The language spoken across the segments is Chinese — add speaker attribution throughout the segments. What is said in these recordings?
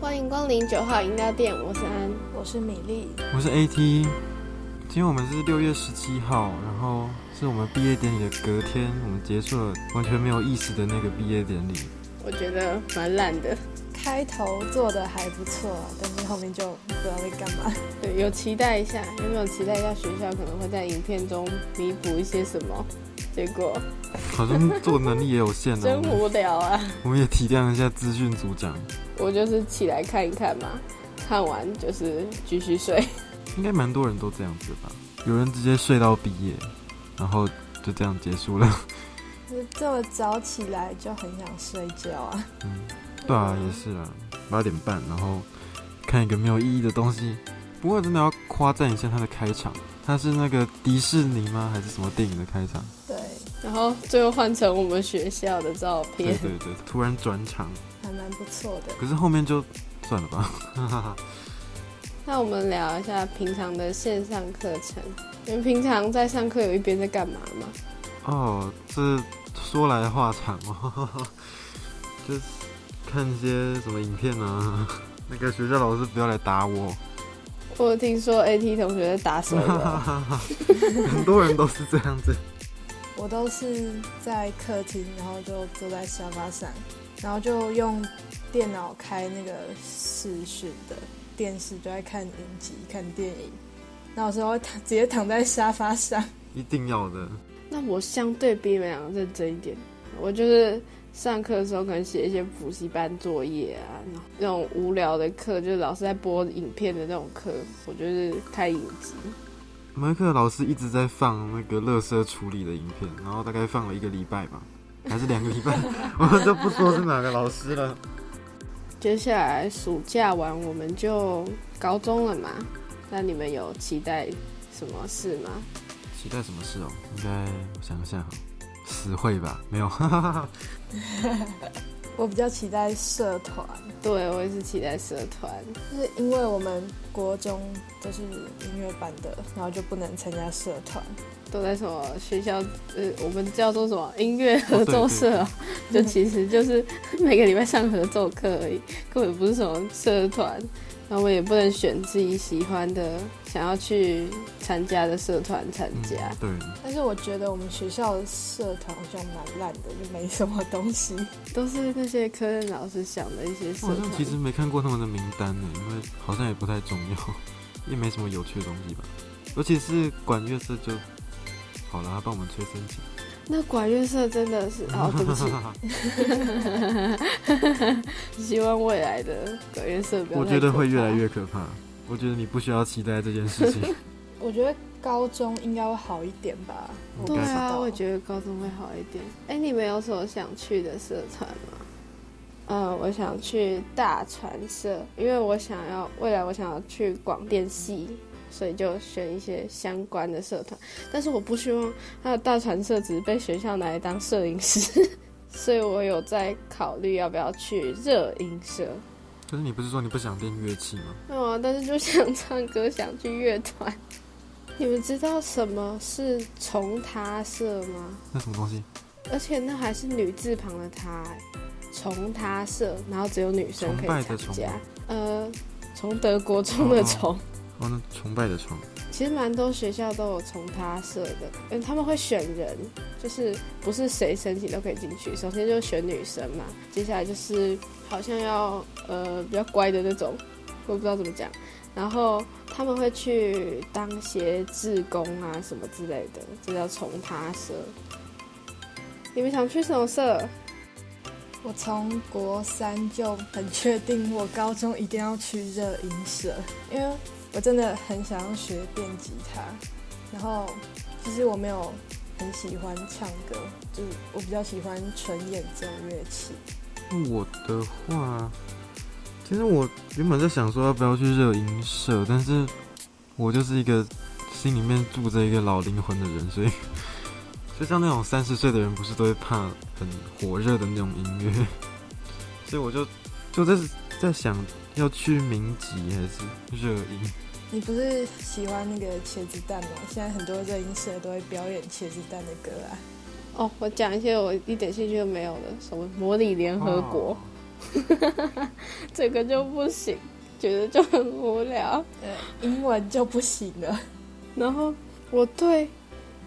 Speaker 1: 欢迎光临九号饮料店，我是安。
Speaker 2: 我是米粒，
Speaker 3: 我是 AT，今天我们是六月十七号，然后是我们毕业典礼的隔天，我们结束了完全没有意思的那个毕业典礼。
Speaker 1: 我觉得蛮烂的，
Speaker 2: 开头做的还不错，但是后面就不知道在干嘛。
Speaker 1: 对，有期待一下，有没有期待一下学校可能会在影片中弥补一些什么？结果
Speaker 3: 好像做能力也有 限啊，
Speaker 1: 真
Speaker 3: 我们
Speaker 1: 无聊啊！
Speaker 3: 我们也体谅一下资讯组长，
Speaker 1: 我就是起来看一看嘛，看完就是继续睡。
Speaker 3: 应该蛮多人都这样子吧？有人直接睡到毕业，然后就这样结束了。
Speaker 2: 就是这么早起来就很想睡觉啊，
Speaker 3: 对啊，也是啊，八点半，然后看一个没有意义的东西。不过真的要夸赞一下它的开场，它是那个迪士尼吗？还是什么电影的开场？
Speaker 2: 对，
Speaker 1: 然后最后换成我们学校的照
Speaker 3: 对
Speaker 1: 片，
Speaker 3: 对对，突然转场，
Speaker 2: 还蛮不错的。
Speaker 3: 可是后面就算了吧。哈哈 哈。
Speaker 1: 那我们聊一下平常的线上课程。你们平常在上课有一边在干嘛吗？
Speaker 3: 哦，这说来话长哦， 就是看一些什么影片啊。那个学校老师不要来打我，
Speaker 1: 我有听说 AT 同学在打手 游。
Speaker 3: 很多人都是这样子。
Speaker 2: 我都是在客厅，然后就坐在沙发上，然后就用电脑开那个视讯的电视，就在看影集、看电影。那有时候会躺直接躺在沙发上，
Speaker 3: 一定要的，
Speaker 1: 那我相对比你们两个认真一点，我就是上课的时候可能写一些补习班作业啊，然后那种无聊的课，就是老师在播影片的那种课，我就是开影集。
Speaker 3: 门课老师一直在放那个垃圾处理的影片，然后大概放了一个礼拜吧，还是两个礼 拜，我们就不说是哪个老师了。
Speaker 1: 接下来暑假完我们就高中了嘛，那你们有期待什么事吗？
Speaker 3: 期待什么事哦？应该我想想哈，实惠吧？没 有，哈哈哈哈。
Speaker 2: 我比较期待社团，
Speaker 1: 对我也是期待社团，
Speaker 2: 就是因为我们国中都是音乐班的，然后就不能参加社团，
Speaker 1: 都在什么学校？呃，我们叫做什么音乐合奏社、
Speaker 3: 哦
Speaker 1: 啊，
Speaker 2: 对对对
Speaker 1: 就其实就是每个礼拜上合奏课而已， 根本不是什么社团。然后我们也不能选自己喜欢的、想要去参加的社团参加。
Speaker 3: 嗯对，
Speaker 2: 但是我觉得我们学校的社团好像蛮烂的，就没什么东西。
Speaker 1: 都是那些科任老师想的一些社
Speaker 3: 我好
Speaker 1: 团
Speaker 3: 像。哦其实没看过他们的名单呢，因为好像也不太重要， 也没什么有趣的东西吧。尤其是管乐社就好了，他帮我们吹升旗。
Speaker 1: 那管乐社真的 是……哦，对不起， 希望未来的管乐社不要
Speaker 3: 我
Speaker 1: 太
Speaker 3: 觉得
Speaker 1: 可
Speaker 3: 会越
Speaker 1: 怕
Speaker 3: 来越可怕。我觉得你不需要期待这件事情。
Speaker 2: 我觉得高中应该会好一点吧。
Speaker 3: 应
Speaker 1: 对
Speaker 3: 该是
Speaker 1: 啊，
Speaker 2: 吧
Speaker 1: 我也觉得高中会好一点。哎、你们有什么想去的社团吗？嗯，我想去大传社，因为我想要未来我想要去广电系，所以就选一些相关的社团。但是我不希望他的大传社只是被学校拿来当摄影师， 所以我有在考虑要不要去热音社。
Speaker 3: 可是你不是说你不想练乐器吗？
Speaker 1: 没有啊，但是就想唱歌，想去乐团。你们知道什么是重他社吗？
Speaker 3: 那什么东西？
Speaker 1: 而且那还是女字旁的她、欸，从她社，然后只有女生可
Speaker 3: 崇
Speaker 1: 以
Speaker 3: 拜
Speaker 1: 参
Speaker 3: 的崇
Speaker 1: 加
Speaker 3: 吗。
Speaker 1: 呃，从德国中的从，
Speaker 3: 哦，那崇拜的崇。
Speaker 1: 其实蛮多学校都有从她社的，嗯，他们会选人，就是不是谁申请都可以进去。首先就选女生嘛，接下来就是好像要呃比较乖的那种，我也不知道怎么讲。然后他们会去当一些志工啊什么之类的，这叫从她社。你们想去什么社？
Speaker 2: 我从国三就很确定，我高中一定要去热音社，因为我真的很想要学电吉他。然后，其实我没有很喜欢唱歌，就是我比较喜欢纯演奏乐器。
Speaker 3: 我的话，其实我原本在想说要不要去热音社，但是我就是一个心里面住着一个老灵魂的人，所以就像那种三十岁的人，不是都会怕很火热的那种音乐，所以我就就在在想要去民集还是热音。
Speaker 2: 你不是喜欢那个茄子蛋吗？现在很多热音社都会表演茄子蛋的歌啊。
Speaker 1: 哦，我讲一些我一点兴趣都没有的，什么模拟联合国， 这个就不行，觉得就很无聊。
Speaker 2: 呃，英文就不行了。
Speaker 1: 然后我对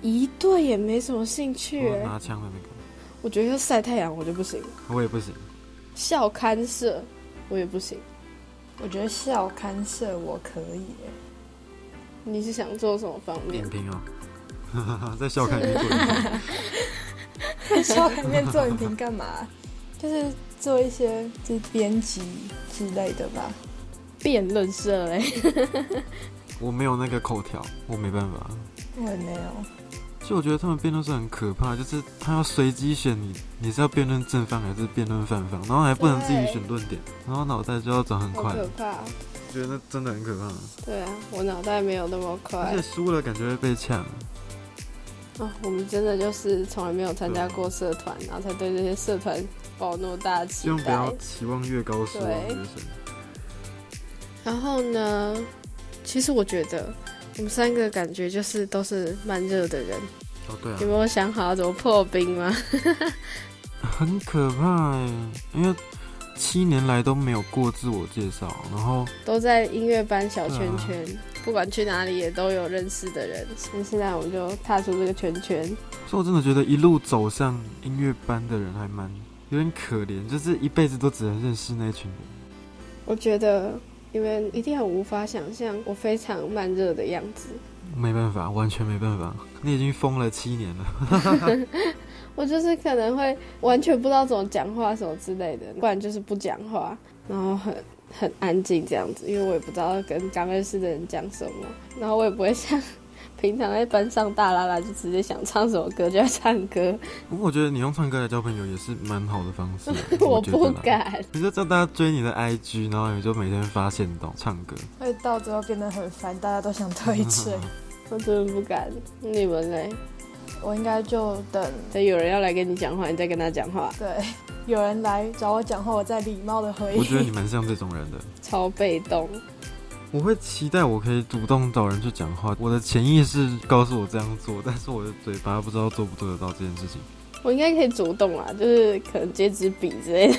Speaker 1: 一对也没什么兴趣、
Speaker 3: 我
Speaker 1: 欸，
Speaker 3: 拿枪的哦那个，
Speaker 1: 我觉得晒太阳我就不行，
Speaker 3: 我也不行。
Speaker 1: 校刊社我也不行。
Speaker 2: 我觉得校刊社我可以耶，
Speaker 1: 你是想做什么方面
Speaker 3: 点？评哦， 在校刊里面做影评，
Speaker 2: 在校刊里面做影评干嘛？ 就是做一些就是编辑之类的吧。
Speaker 1: 辩论社嘞，
Speaker 3: 我没有那个口条，我没办法。
Speaker 2: 我也没有，
Speaker 3: 其实我觉得他们辩论是很可怕，就是他要随机选你，你是要辩论正方还是辩论反方，然后还不能自己选论点，然后脑袋就要转很
Speaker 1: 好
Speaker 3: 快，
Speaker 1: 可怕。
Speaker 3: 我觉得那真的很可怕。
Speaker 1: 对啊，我脑袋没有那么快
Speaker 3: 而且输了感觉会被呛，
Speaker 1: 啊。我们真的就是从来没有参加
Speaker 3: 啊
Speaker 1: 过社团，然后才对这些社团抱那么大的期
Speaker 3: 希望不
Speaker 1: 待
Speaker 3: 要。期望越高失望越
Speaker 1: 对
Speaker 3: 深。
Speaker 1: 然后呢，其实我觉得我们三个感觉就是都是慢热的人，
Speaker 3: 哦，对啊
Speaker 1: 有，没有想好要怎么破冰吗？
Speaker 3: 很可怕哎、因为七年来都没有过自我介绍，然后
Speaker 1: 都在音乐班小圈
Speaker 3: 对
Speaker 1: 圈，不管去哪里也都有认识的人。那现在我们就踏出这个圈圈，
Speaker 3: 所以我真的觉得一路走上音乐班的人还蛮有点可怜，就是一辈子都只能认识那群人。
Speaker 1: 我觉得你们一定很无法想象我非常慢热的样子。
Speaker 3: 没办法，完全没办法，你已经疯了七年了。
Speaker 1: 我就是可能会完全不知道怎么讲话什么之类的，不然就是不讲话，然后很很安静这样子，因为我也不知道跟刚认识的人讲什么，然后我也不会像平常在班上大啦啦就直接想唱什么歌就要唱歌，
Speaker 3: 不过我觉得你用唱歌来交朋友也是蛮好的方式啊，
Speaker 1: 我
Speaker 3: 觉得
Speaker 1: 不
Speaker 3: 啦。
Speaker 1: 敢。
Speaker 3: 你就叫大家追你的 IG，然后你就每天发现动唱歌。
Speaker 2: 会到最后变得很烦，大家都想退追。
Speaker 1: 我真的不敢，你们嘞？
Speaker 2: 我应该就等
Speaker 1: 等有人要来跟你讲话，你再跟他讲话，
Speaker 2: 对有人来找我讲话，我再礼貌的回
Speaker 3: 我觉得你
Speaker 2: 应。
Speaker 3: 蛮像这种人的。
Speaker 1: 超被动。
Speaker 3: 我会期待我可以主动找人去讲话，我的潜意识告诉我这样做，但是我的嘴巴不知道做不做得到这件事情。
Speaker 1: 我应该可以主动啊，就是可能接支笔之类的，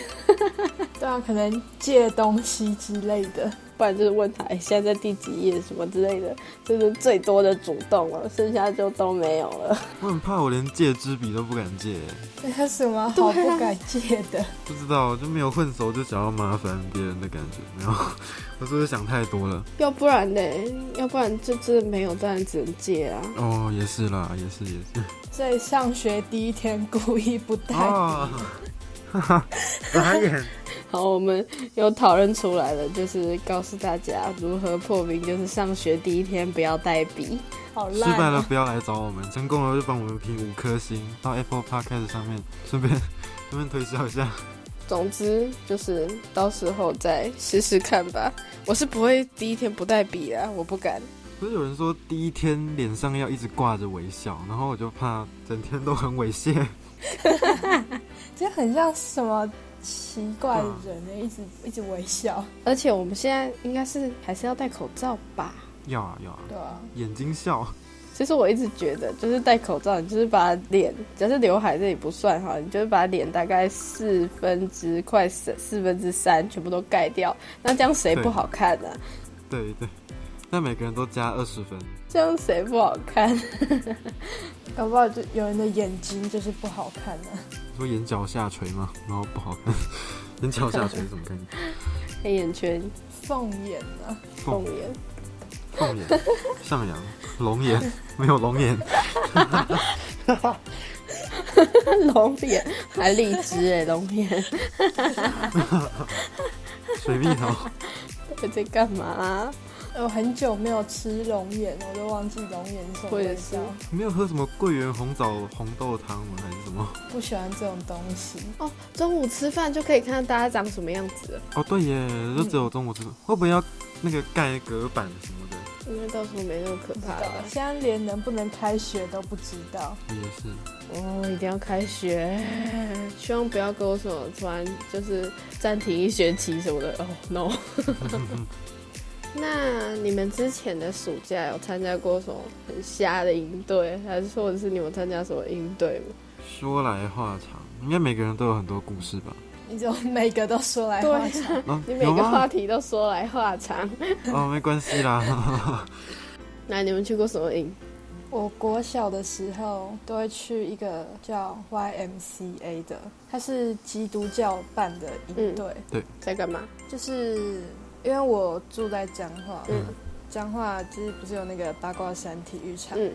Speaker 2: 对啊，可能借东西之类 的。
Speaker 1: 不然就是问他、哎现在在第几页什么之类的，就是最多的主动了，剩下就都没有了。
Speaker 3: 我很怕我连借支笔都不敢借，
Speaker 2: 那有什么好不敢借的？
Speaker 3: 不知道就没有混熟就想要麻烦别人的感觉，然后我是不是想太多了？
Speaker 1: 要不然呢？要不然就真的没有，当然只能借啊。
Speaker 3: 哦，也是啦，也是也是。
Speaker 2: 所以上学第一天故意不带，
Speaker 1: 哦
Speaker 3: 啊， 哈哈， 眨眼。
Speaker 1: 好，我们有讨论出来了，就是告诉大家如何破冰，就是上学第一天不要带笔。
Speaker 2: 好
Speaker 3: 失
Speaker 2: 烂、
Speaker 3: 败了不要来找我们，成功了就帮我们评五颗星，到 Apple Podcast 上面顺便 顺便推销一下。
Speaker 1: 总之就是到时候再试试看吧。我是不会第一天不带笔啊，我不敢。
Speaker 3: 不是有人说第一天脸上要一直挂着微笑，然后我就怕整天都很猥亵。
Speaker 2: 这很像什么奇怪的人呢、
Speaker 1: 嗯
Speaker 2: 一直一直微笑，
Speaker 1: 而且我们现在应该是还是要戴口罩吧。
Speaker 3: 要啊要啊，
Speaker 2: 对啊，
Speaker 3: 眼睛笑，
Speaker 1: 其实我一直觉得，就是戴口罩，你就是把脸，假设刘海这里不算哈，你就是把脸大概四分之快四四分之三全部都盖掉，那这样谁不好看呢、
Speaker 3: 对对。但每个人都加二十分，
Speaker 1: 这样谁 不好看？
Speaker 2: 搞不好就有人的眼睛就是不好看呢、
Speaker 3: 说眼角下垂嘛，然后不好看。 眼角下垂是什么概念？
Speaker 1: 黑哎眼 圈、
Speaker 2: 凤眼啊呢、
Speaker 1: 凤哎眼，
Speaker 3: 凤眼、上扬、龙眼，没有龙眼。
Speaker 1: 龙眼还荔枝哎，龙眼
Speaker 3: 水蜜桃，
Speaker 1: 我在干嘛、
Speaker 2: 我很久没有吃龙眼，我都忘记龙眼是什么
Speaker 1: 我也
Speaker 2: 味
Speaker 1: 是
Speaker 2: 道，
Speaker 3: 没有喝什么桂圆红枣红豆汤吗？还是什么？
Speaker 2: 不喜欢这种东西。
Speaker 1: 哦，中午吃饭就可以看到大家长什么样子了，
Speaker 3: 哦，对耶，就只有中午吃，会不会要那个盖隔板什么的？
Speaker 1: 应该到时候没那么可
Speaker 2: 不知
Speaker 1: 怕
Speaker 2: 道
Speaker 1: 了。
Speaker 2: 现在连能不能开学都不知道。
Speaker 3: 我也是，
Speaker 1: 哦，一定要开学， 希望不要给我什么突然就是暂停一学期什么的。哦、no。那你们之前的暑假有参加过什么很瞎的营队，还是或者是你们参加什么营队吗？
Speaker 3: 说来话长，应该每个人都有很多故事吧？
Speaker 2: 你怎么每个都说来
Speaker 1: 对
Speaker 2: 话长？
Speaker 3: 啊，
Speaker 1: 你每
Speaker 3: 有
Speaker 1: 个
Speaker 3: 吗
Speaker 1: 话？题都说来话长。
Speaker 3: 哦，没关系啦。
Speaker 1: 那你们去过什么营？
Speaker 2: 我国小的时候都会去一个叫 YMCA 的，它是基督教办的营队，
Speaker 1: 在干嘛？
Speaker 2: 就是因为我住在彰化，
Speaker 1: 嗯
Speaker 2: 彰化就是不是有那个八卦山体育场，
Speaker 1: 嗯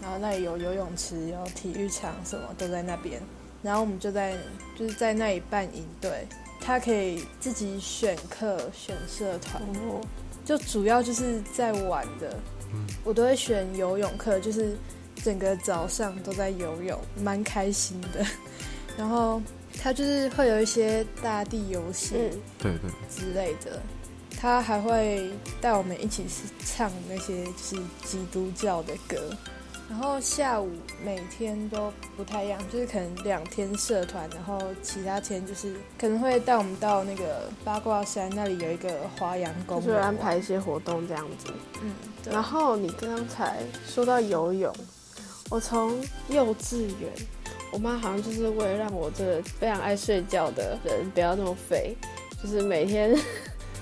Speaker 2: 然后那里有游泳池、有体育场，什么都在那边。然后我们就在就是在那里办营队，他可以自己选课、选社
Speaker 1: 嗯
Speaker 2: 团，
Speaker 3: 哦
Speaker 2: 就主要就是在玩的。
Speaker 3: 嗯
Speaker 2: 我都会选游泳课，就是整个早上都在游泳，蛮开心的。 然后他就是会有一些大地游戏，
Speaker 1: 嗯，
Speaker 3: 对对，
Speaker 2: 之类的。他还会带我们一起是唱那些就是基督教的歌，然后下午每天都不太一样，就是可能两天社团，然后其他天就是可能会带我们到那个八卦山那里有一个华阳
Speaker 1: 就
Speaker 2: 宫，
Speaker 1: 是安排一些活动这样子。
Speaker 2: 嗯，对
Speaker 1: 然后你刚才说到游泳，我从幼稚园，我妈好像就是为了让我这个非常爱睡觉的人不要那么肥，就是每天。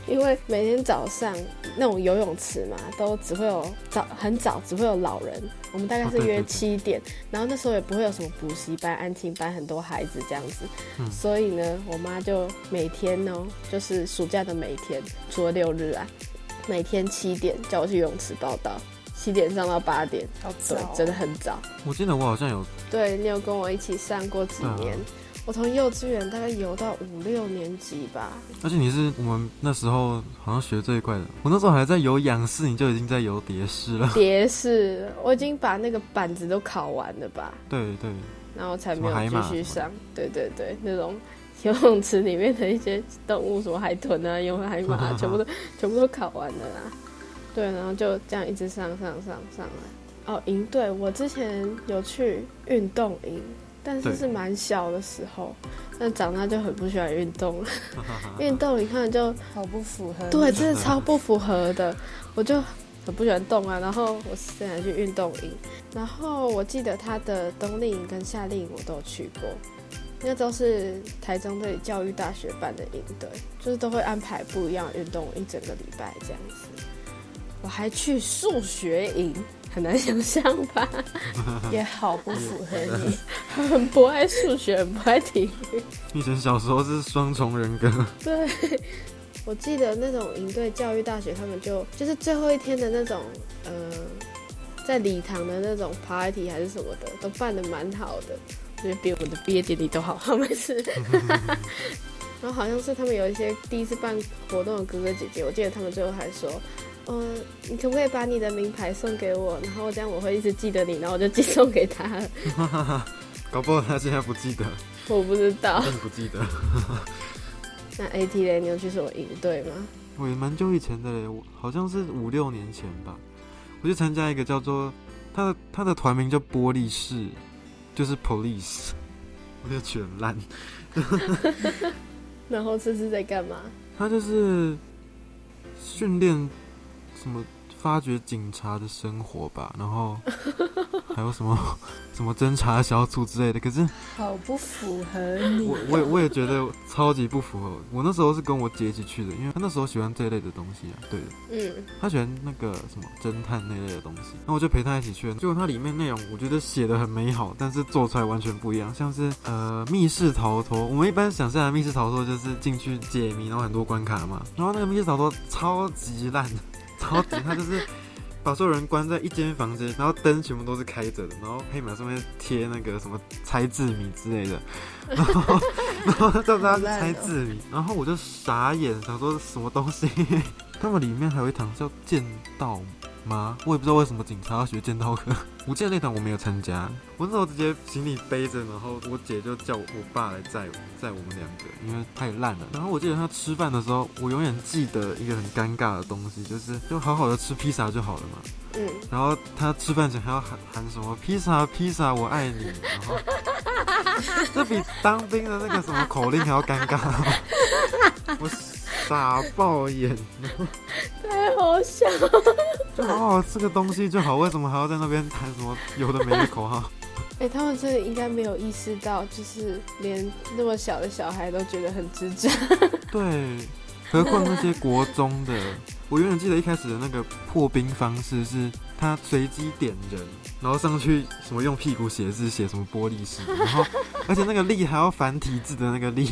Speaker 1: 因为每天早上那种游泳池嘛，都只会有早很早只会有老人，我们大概
Speaker 3: 哦
Speaker 1: 是
Speaker 3: 对
Speaker 1: 约
Speaker 3: 对对
Speaker 1: 七点，然后那时候也不会有什么补习班、安亲班，很多孩子这样子，
Speaker 3: 嗯
Speaker 1: 所以呢，我妈就每天哦，就是暑假的每天，除了六日啊，每天七点叫我去游泳池报道，七点上到八点，
Speaker 2: 好
Speaker 1: 对
Speaker 2: 早哦，
Speaker 1: 真的很早。
Speaker 3: 我记得我好像有，
Speaker 1: 对你有跟我一起上过几年？
Speaker 3: 嗯
Speaker 1: 我从幼稚园大概游到五六年级吧，
Speaker 3: 而且你是我们那时候好像学最快的，我那时候还在游仰式，你就已经在游蝶式了。
Speaker 1: 蝶式，我已经把那个板子都考完了吧，
Speaker 3: 对对，
Speaker 1: 然后才
Speaker 3: 什
Speaker 1: 没
Speaker 3: 么
Speaker 1: 有
Speaker 3: 海马
Speaker 1: 继续
Speaker 3: 什
Speaker 1: 上。对对对，那种游泳池里面的一些动物，什么海豚啊、游海马、 啊，全部都全部都考完了啦。对，然后就这样一直上上上上来。哦，营队我之前有去运动营，但是
Speaker 3: 对
Speaker 1: 是蛮小的时候，但长大就很不喜欢运动 了。
Speaker 3: 哈哈哈
Speaker 1: 运动你看就
Speaker 2: 好不符 合
Speaker 1: 对，
Speaker 2: 你
Speaker 1: 真的超不符合的，我就很不喜欢动啊。然后我是现在去运动营，然后我记得他的冬令营跟夏令营我都有去过，那都是台中这里教育大学办的营队，就是都会安排不一样的运动一整个礼拜这样子。我还去数学营，很难 想象吧？
Speaker 2: 也好不符合你，
Speaker 1: 很不爱数学，很不爱体育。
Speaker 3: 你以前小时候是双重人格，
Speaker 1: 对，我记得那种营队教育大学，他们就就是最后一天的那种，呃，在礼堂的那种 party 还是什么的，都办得蛮好的，我觉得比我们的毕业典礼都好。他们是，然后好像是他们有一些第一次办活动的哥哥姐姐，我记得他们最后还说。嗯，你可不可以把你的名牌送给我？然后这样我会一直记得你，然后我就寄 送给他了。
Speaker 3: 搞不好他现在不记 得，
Speaker 1: 我不知道。
Speaker 3: 真的不记得。
Speaker 1: 那 AT 嘞，你有去什么营队吗？
Speaker 3: 我也蛮久以前的嘞，我好像是五六年前吧，我去参加一个叫做他的他的团名叫玻璃市，就是 police，我就全烂。
Speaker 1: 然后这是在干嘛？
Speaker 3: 他就是训练什么发掘警察的生活吧，然 后还有什么什么侦查小组之类的。可是
Speaker 2: 好不符合你。
Speaker 3: 我我也我也觉得超级不符合。我那时候是跟我姐一起去的，因为她那时候喜欢这一类的东西啊，对的。
Speaker 1: 嗯，
Speaker 3: 他喜欢那个什么侦探那类的东西，那我就陪他一起去。结果它里面内容我觉得写的很美好，但是做出来完全不一样。像是呃密室逃脱，我们一般想象的密室逃脱就是进去解谜，然后很多关卡嘛。然后那个密室逃脱超级烂，超级它就是把所有人关在一间房间，然后灯全部都是开着的，然后黑板上面贴那个什么猜字谜之类的，然后然后叫大家去猜字谜，然后我就傻眼，想说什么东西。他们里面还有一堂叫剑道吗？我也不知道为什么警察要学剑道课。我 记得那堂我没有参加，我那时候直接行李背着，然后我姐就叫我爸来载我，载我们两个，因为太烂了。然后我记得他吃饭的时候，我永远记得一个很尴尬的东西，就是就好好的吃披萨就好了嘛。
Speaker 1: 嗯，
Speaker 3: 然后他吃饭前还要喊喊什么“披萨披萨我爱你”，然后 这比当兵的那个什么口令还要尴尬，哦我傻爆眼。
Speaker 1: 太好笑了。
Speaker 3: 就哦，这个东西就好，为什么还要在那边谈什么有的没的口号？
Speaker 1: 哎、他们真的应该没有意识到，就是连那么小的小孩都觉得很智障。
Speaker 3: 对，何况那些国中的， 我永远记得一开始的那个破冰方式是他随机点人，然后上去什么用屁股写字，写什么玻璃纸，然后而且那个力还要繁体字的那个力，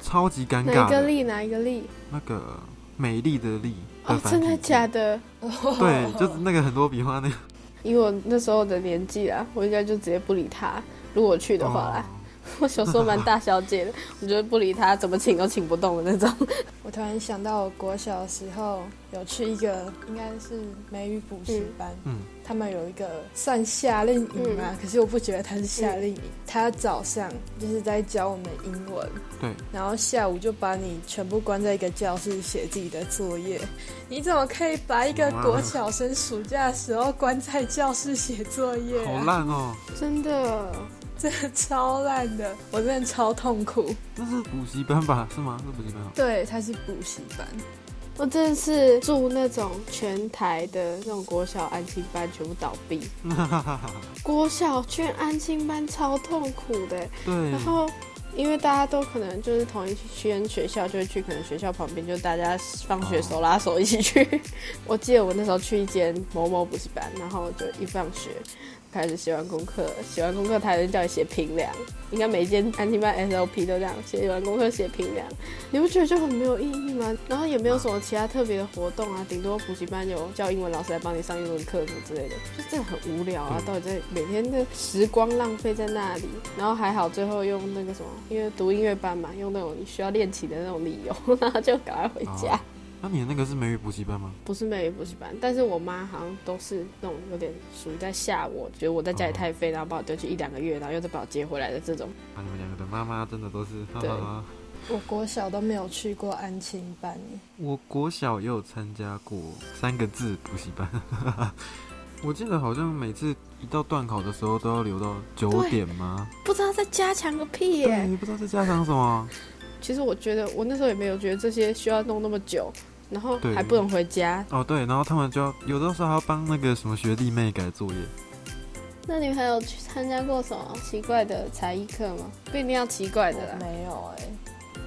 Speaker 3: 超级尴
Speaker 1: 哪
Speaker 3: 尬
Speaker 1: 一个
Speaker 3: 的。
Speaker 1: 力？哪一个力？
Speaker 3: 那个美丽的丽
Speaker 1: 哦，
Speaker 3: 繁
Speaker 1: 真
Speaker 3: 体
Speaker 1: 的
Speaker 3: 字
Speaker 1: 假的？
Speaker 3: 对，就是那个很多笔画那个。
Speaker 1: 以我那时候的年纪啊，我应该就直接不理他。如果我去的话啦，
Speaker 3: 哦
Speaker 1: 我小时候蛮大小姐的，我觉得不理他，怎么请都请不动的那种。
Speaker 2: 我突然想到，我国小的时候有去一个应该是美语补习班，
Speaker 3: 嗯嗯
Speaker 2: 他们有一个算夏令营嘛，可是我不觉得它是夏令营，他早上就是在教我们英文，
Speaker 3: 对，
Speaker 2: 然后下午就把你全部关在一个教室写自己的作业，你怎么可以把一个
Speaker 3: 哇
Speaker 2: 国小生暑假的时候关在教室写作业、
Speaker 3: 好
Speaker 2: 啊？
Speaker 3: 烂哦！
Speaker 1: 真的，
Speaker 2: 真的超烂的，我真的超痛苦。
Speaker 3: 那是补习班吧？是吗？是补习班哦。
Speaker 2: 对，它是补习班，
Speaker 1: 我真的是住那种全台的那种国小安亲班，全部倒闭。国小去安亲班超痛苦的，
Speaker 3: 对
Speaker 1: 然，后因为大家都可能就是同一间学校，就会去可能学校旁边，就大家放学手拉手一起去。 我记得我那时候去一间某某补习班，然后就一放学开始写完功课，写完功课他就叫你写评量，应该每间安亲班 SOP 都这样，写完功课写评量，你不觉得就很没有意义吗？然后也没有什么其他特别的活动啊，顶多补习班有叫英文老师来帮你上英文课什么之类的，就真的很无聊啊！
Speaker 3: 嗯
Speaker 1: 到底在每天的时光浪费在那里？然后还好最后用那个什么，因为读音乐班嘛，用那种你需要练琴的那种理由， 然后就赶快回家。
Speaker 3: 哦那你的那个是美语补习班吗？
Speaker 1: 不是美语补习班，但是我妈好像都是那种有点属于在吓我，觉得我在家里太废，然后把我丢去一两个月，然后又再把我接回来的这种。
Speaker 3: 啊，你们两个的妈妈真的都是。哈
Speaker 1: 对
Speaker 3: 哈哈。
Speaker 2: 我国小都没有去过安亲班。
Speaker 3: 我国小也有参加过三个字补习班， 我记得好像每次一到段考的时候都要留到九点吗？
Speaker 1: 不知道在加强个屁耶、
Speaker 3: 对，不知道在加强什么。
Speaker 1: 其实我觉得我那时候也没有觉得这些需要弄那么久，然后
Speaker 3: 对
Speaker 1: 还不能回家。
Speaker 3: 哦，对，然后他们就要有的时候还要帮那个什么学弟妹改作业。
Speaker 1: 那你还有去参加过什么奇怪的才艺课吗？不一定要奇怪的
Speaker 3: 啊
Speaker 2: 我
Speaker 1: 啦，
Speaker 2: 没有哎、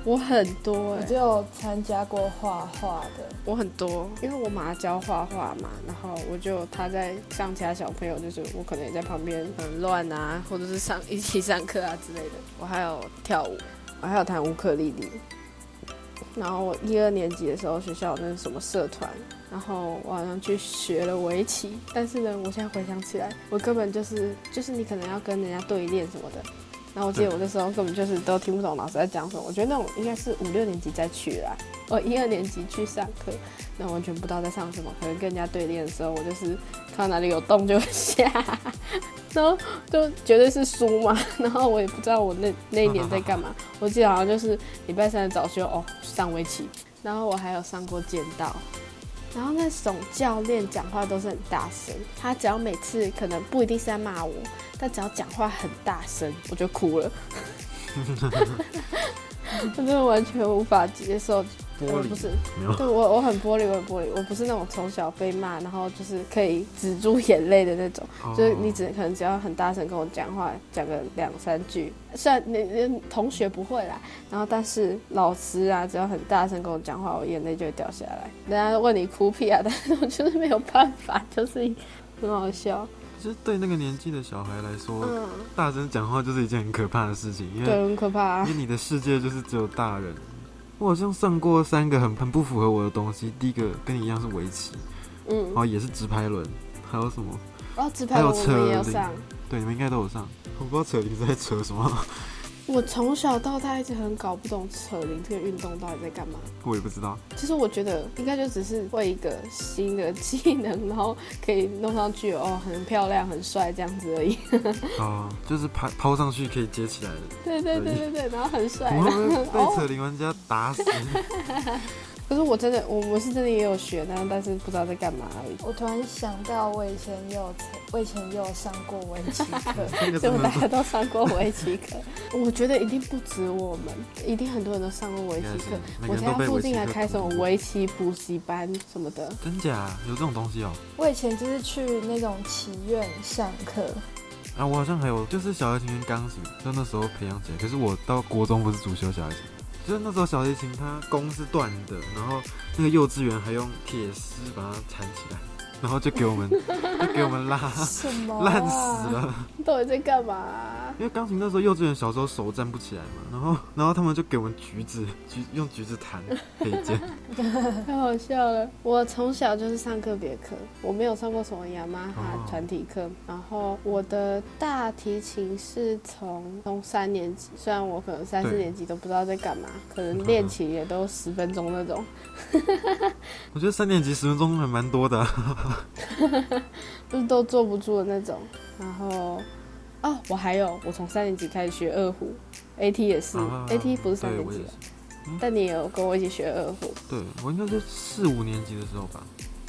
Speaker 1: 我很多、
Speaker 2: 我
Speaker 1: 欸，
Speaker 2: 只有参加过画画的，
Speaker 1: 我很多，因为我妈教画画嘛，然后我就她在上其他小朋友，就是我可能也在旁边很乱啊，或者是上一起上课啊之类的。我还有跳舞，我还有弹乌克丽丽。然后我一二年级的时候，学校有那个什么社团，然后我好像去学了围棋，但是呢，我现在回想起来，我根本就是就是你可能要跟人家对练什么的。然后我记得我那时候根本就是都听不懂老师在讲什么，我觉得那种应该是五六年级再去啦。我一二年级去上课，那完全不知道在上什么，可能跟人家对练的时候，我就是看到哪里有洞就会下， 然后就绝对是输嘛。 然后我也不知道我那那一年在干嘛，我记得好像就是礼拜三的早修哦，上围棋，然后我还有上过剑道。然后那种教练讲话都是很大声，他只要每次可能不一定是在骂我，但只要讲话很大声，我就哭 了。我真的完全无法接受，
Speaker 3: 玻
Speaker 1: 呃
Speaker 3: 璃
Speaker 1: 不是
Speaker 3: 没有
Speaker 1: 对我我很玻璃，我很玻璃，我不是那种从小被骂，然后就是可以止住眼泪的那种，
Speaker 3: 哦
Speaker 1: 就是你只可能只要很大声跟我讲话，讲个两三句，虽然你你同学不会啦，然后但是老师啊，只要很大声跟我讲话，我眼泪就会掉下来。人家问你哭屁啊，但是我就是没有办法，就是很好笑。
Speaker 3: 就是对那个年纪的小孩来说，
Speaker 1: 嗯，
Speaker 3: 大声讲话就是一件很可怕的事情，因
Speaker 1: 对，
Speaker 3: 为
Speaker 1: 很可怕、啊
Speaker 3: 因为。你的世界就是只有大人。我好像上过三个很很不符合我的东西，第一个跟你一样是围棋，
Speaker 1: 嗯
Speaker 3: 然，后也是直排轮，还有什么？
Speaker 1: 然后自拍轮我们也要上。
Speaker 3: 对，你们应该都有上。我不知道扯铃是在扯什么，
Speaker 1: 我从小到大一直很搞不懂扯铃这个运动到底在干嘛。
Speaker 3: 我也不知道。
Speaker 1: 其实我觉得应该就只是会一个新的技能， 然后可以弄上去哦，很漂亮、很帅这样子而已。
Speaker 3: 哦，就是抛抛上去可以接起来的。
Speaker 1: 对对对对对，然后很帅。
Speaker 3: 我
Speaker 1: 然后
Speaker 3: 会被扯铃玩家打死。
Speaker 1: 可是我真的，我我是真的也有学，但但是不知道在干嘛而已。
Speaker 2: 我突然想到，我以前也有，我以前也有上过围棋 课，
Speaker 3: 那
Speaker 1: 所以
Speaker 3: 个真
Speaker 1: 我
Speaker 3: 的
Speaker 1: 大家都上过围棋课，我觉得一定不止我们，一定很多人都上过围
Speaker 3: 应该
Speaker 1: 棋
Speaker 3: 是
Speaker 1: 课。
Speaker 3: 每个
Speaker 1: 我
Speaker 3: 人
Speaker 1: 家
Speaker 3: 都被
Speaker 1: 附
Speaker 3: 围
Speaker 1: 近
Speaker 3: 棋
Speaker 1: 还
Speaker 3: 课
Speaker 1: 开什么
Speaker 3: 荼毒
Speaker 1: 围棋补习班什么的，
Speaker 3: 真假有这种东西哦、
Speaker 2: 我以前就是去那种棋院上课，
Speaker 3: 啊，我好像还有，就是小提琴跟钢琴，就那时候培养起来。可是我到国中不是主修小提琴，就是那时候小提琴它弓是断的，然后那个幼稚园还用铁丝把它缠起来，然后就给我们就给我们拉，
Speaker 2: 什么、啊？
Speaker 3: 烂死！了。
Speaker 1: 到底在干嘛、啊
Speaker 3: 因为钢琴那时候幼稚园小时候手站不起来嘛，然后然后他们就给我们橘子 橘用橘子弹配 件，
Speaker 1: 太好笑了！我从小就是上个别课，我没有上过什么雅马
Speaker 3: 哦
Speaker 1: 哈团体课。然后我的大提琴是从从三年级，虽然我可能三四
Speaker 3: 对
Speaker 1: 年级都不知道在干 嘛，可能练琴也都十分钟那种。
Speaker 3: 我觉得三年级十分钟还蛮多的啊、
Speaker 1: 就是都坐不住的那种。然后，哦，我还有，我从三年级开始学二胡，AT 也是、
Speaker 3: 啊
Speaker 1: a t 不是三
Speaker 3: 对
Speaker 1: 年
Speaker 3: 我
Speaker 1: 级啊
Speaker 3: 也
Speaker 1: 的，
Speaker 3: 是，
Speaker 1: 但你也有跟我一起学二胡。
Speaker 3: 对我应该就四五年级的时候吧。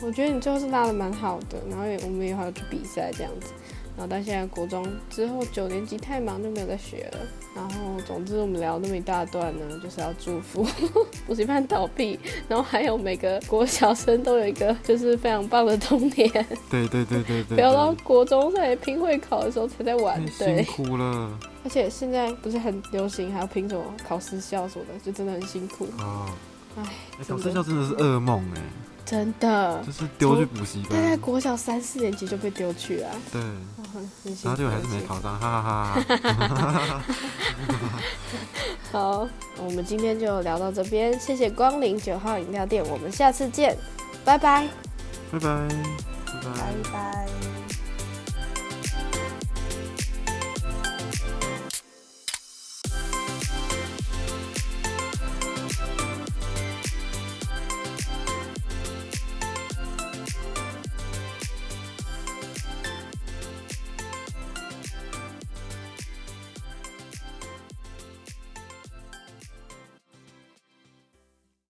Speaker 1: 我觉得你最后是拉的蛮好的，然后也我们也还有去比赛这样子。然后到现在国中之后九年级太忙就没有再学了。然后总之我们聊那么一大段呢，就是要祝福 补习班倒闭，然后还有每个国小生都有一个就是非常棒的童年，
Speaker 3: 对对对对对对，
Speaker 1: 不要到国中在拼会考的时候才在玩
Speaker 3: 太。
Speaker 1: 对
Speaker 3: 辛，苦了。
Speaker 1: 而且现在不是很流行还要拼什么考私校什么的，就真的很辛苦，
Speaker 3: 哦，
Speaker 1: 唉
Speaker 3: 哎，
Speaker 1: 真
Speaker 3: 考
Speaker 1: 的
Speaker 3: 私校真的是噩梦哎、
Speaker 1: 真的
Speaker 3: 就。是丢去补习
Speaker 1: 大概
Speaker 3: 班，
Speaker 1: 国小三四年级就被丢去了、啊，
Speaker 3: 对，
Speaker 1: 很很辛苦。
Speaker 3: 然后结果还是
Speaker 1: 很辛
Speaker 3: 没
Speaker 1: 苦
Speaker 3: 考上，哈哈 哈哈。
Speaker 1: 好，我们今天就聊到这边，谢谢光临九号饮料店，我们下次见，拜拜。
Speaker 3: 拜拜，拜
Speaker 2: 拜
Speaker 3: 拜。
Speaker 2: 拜。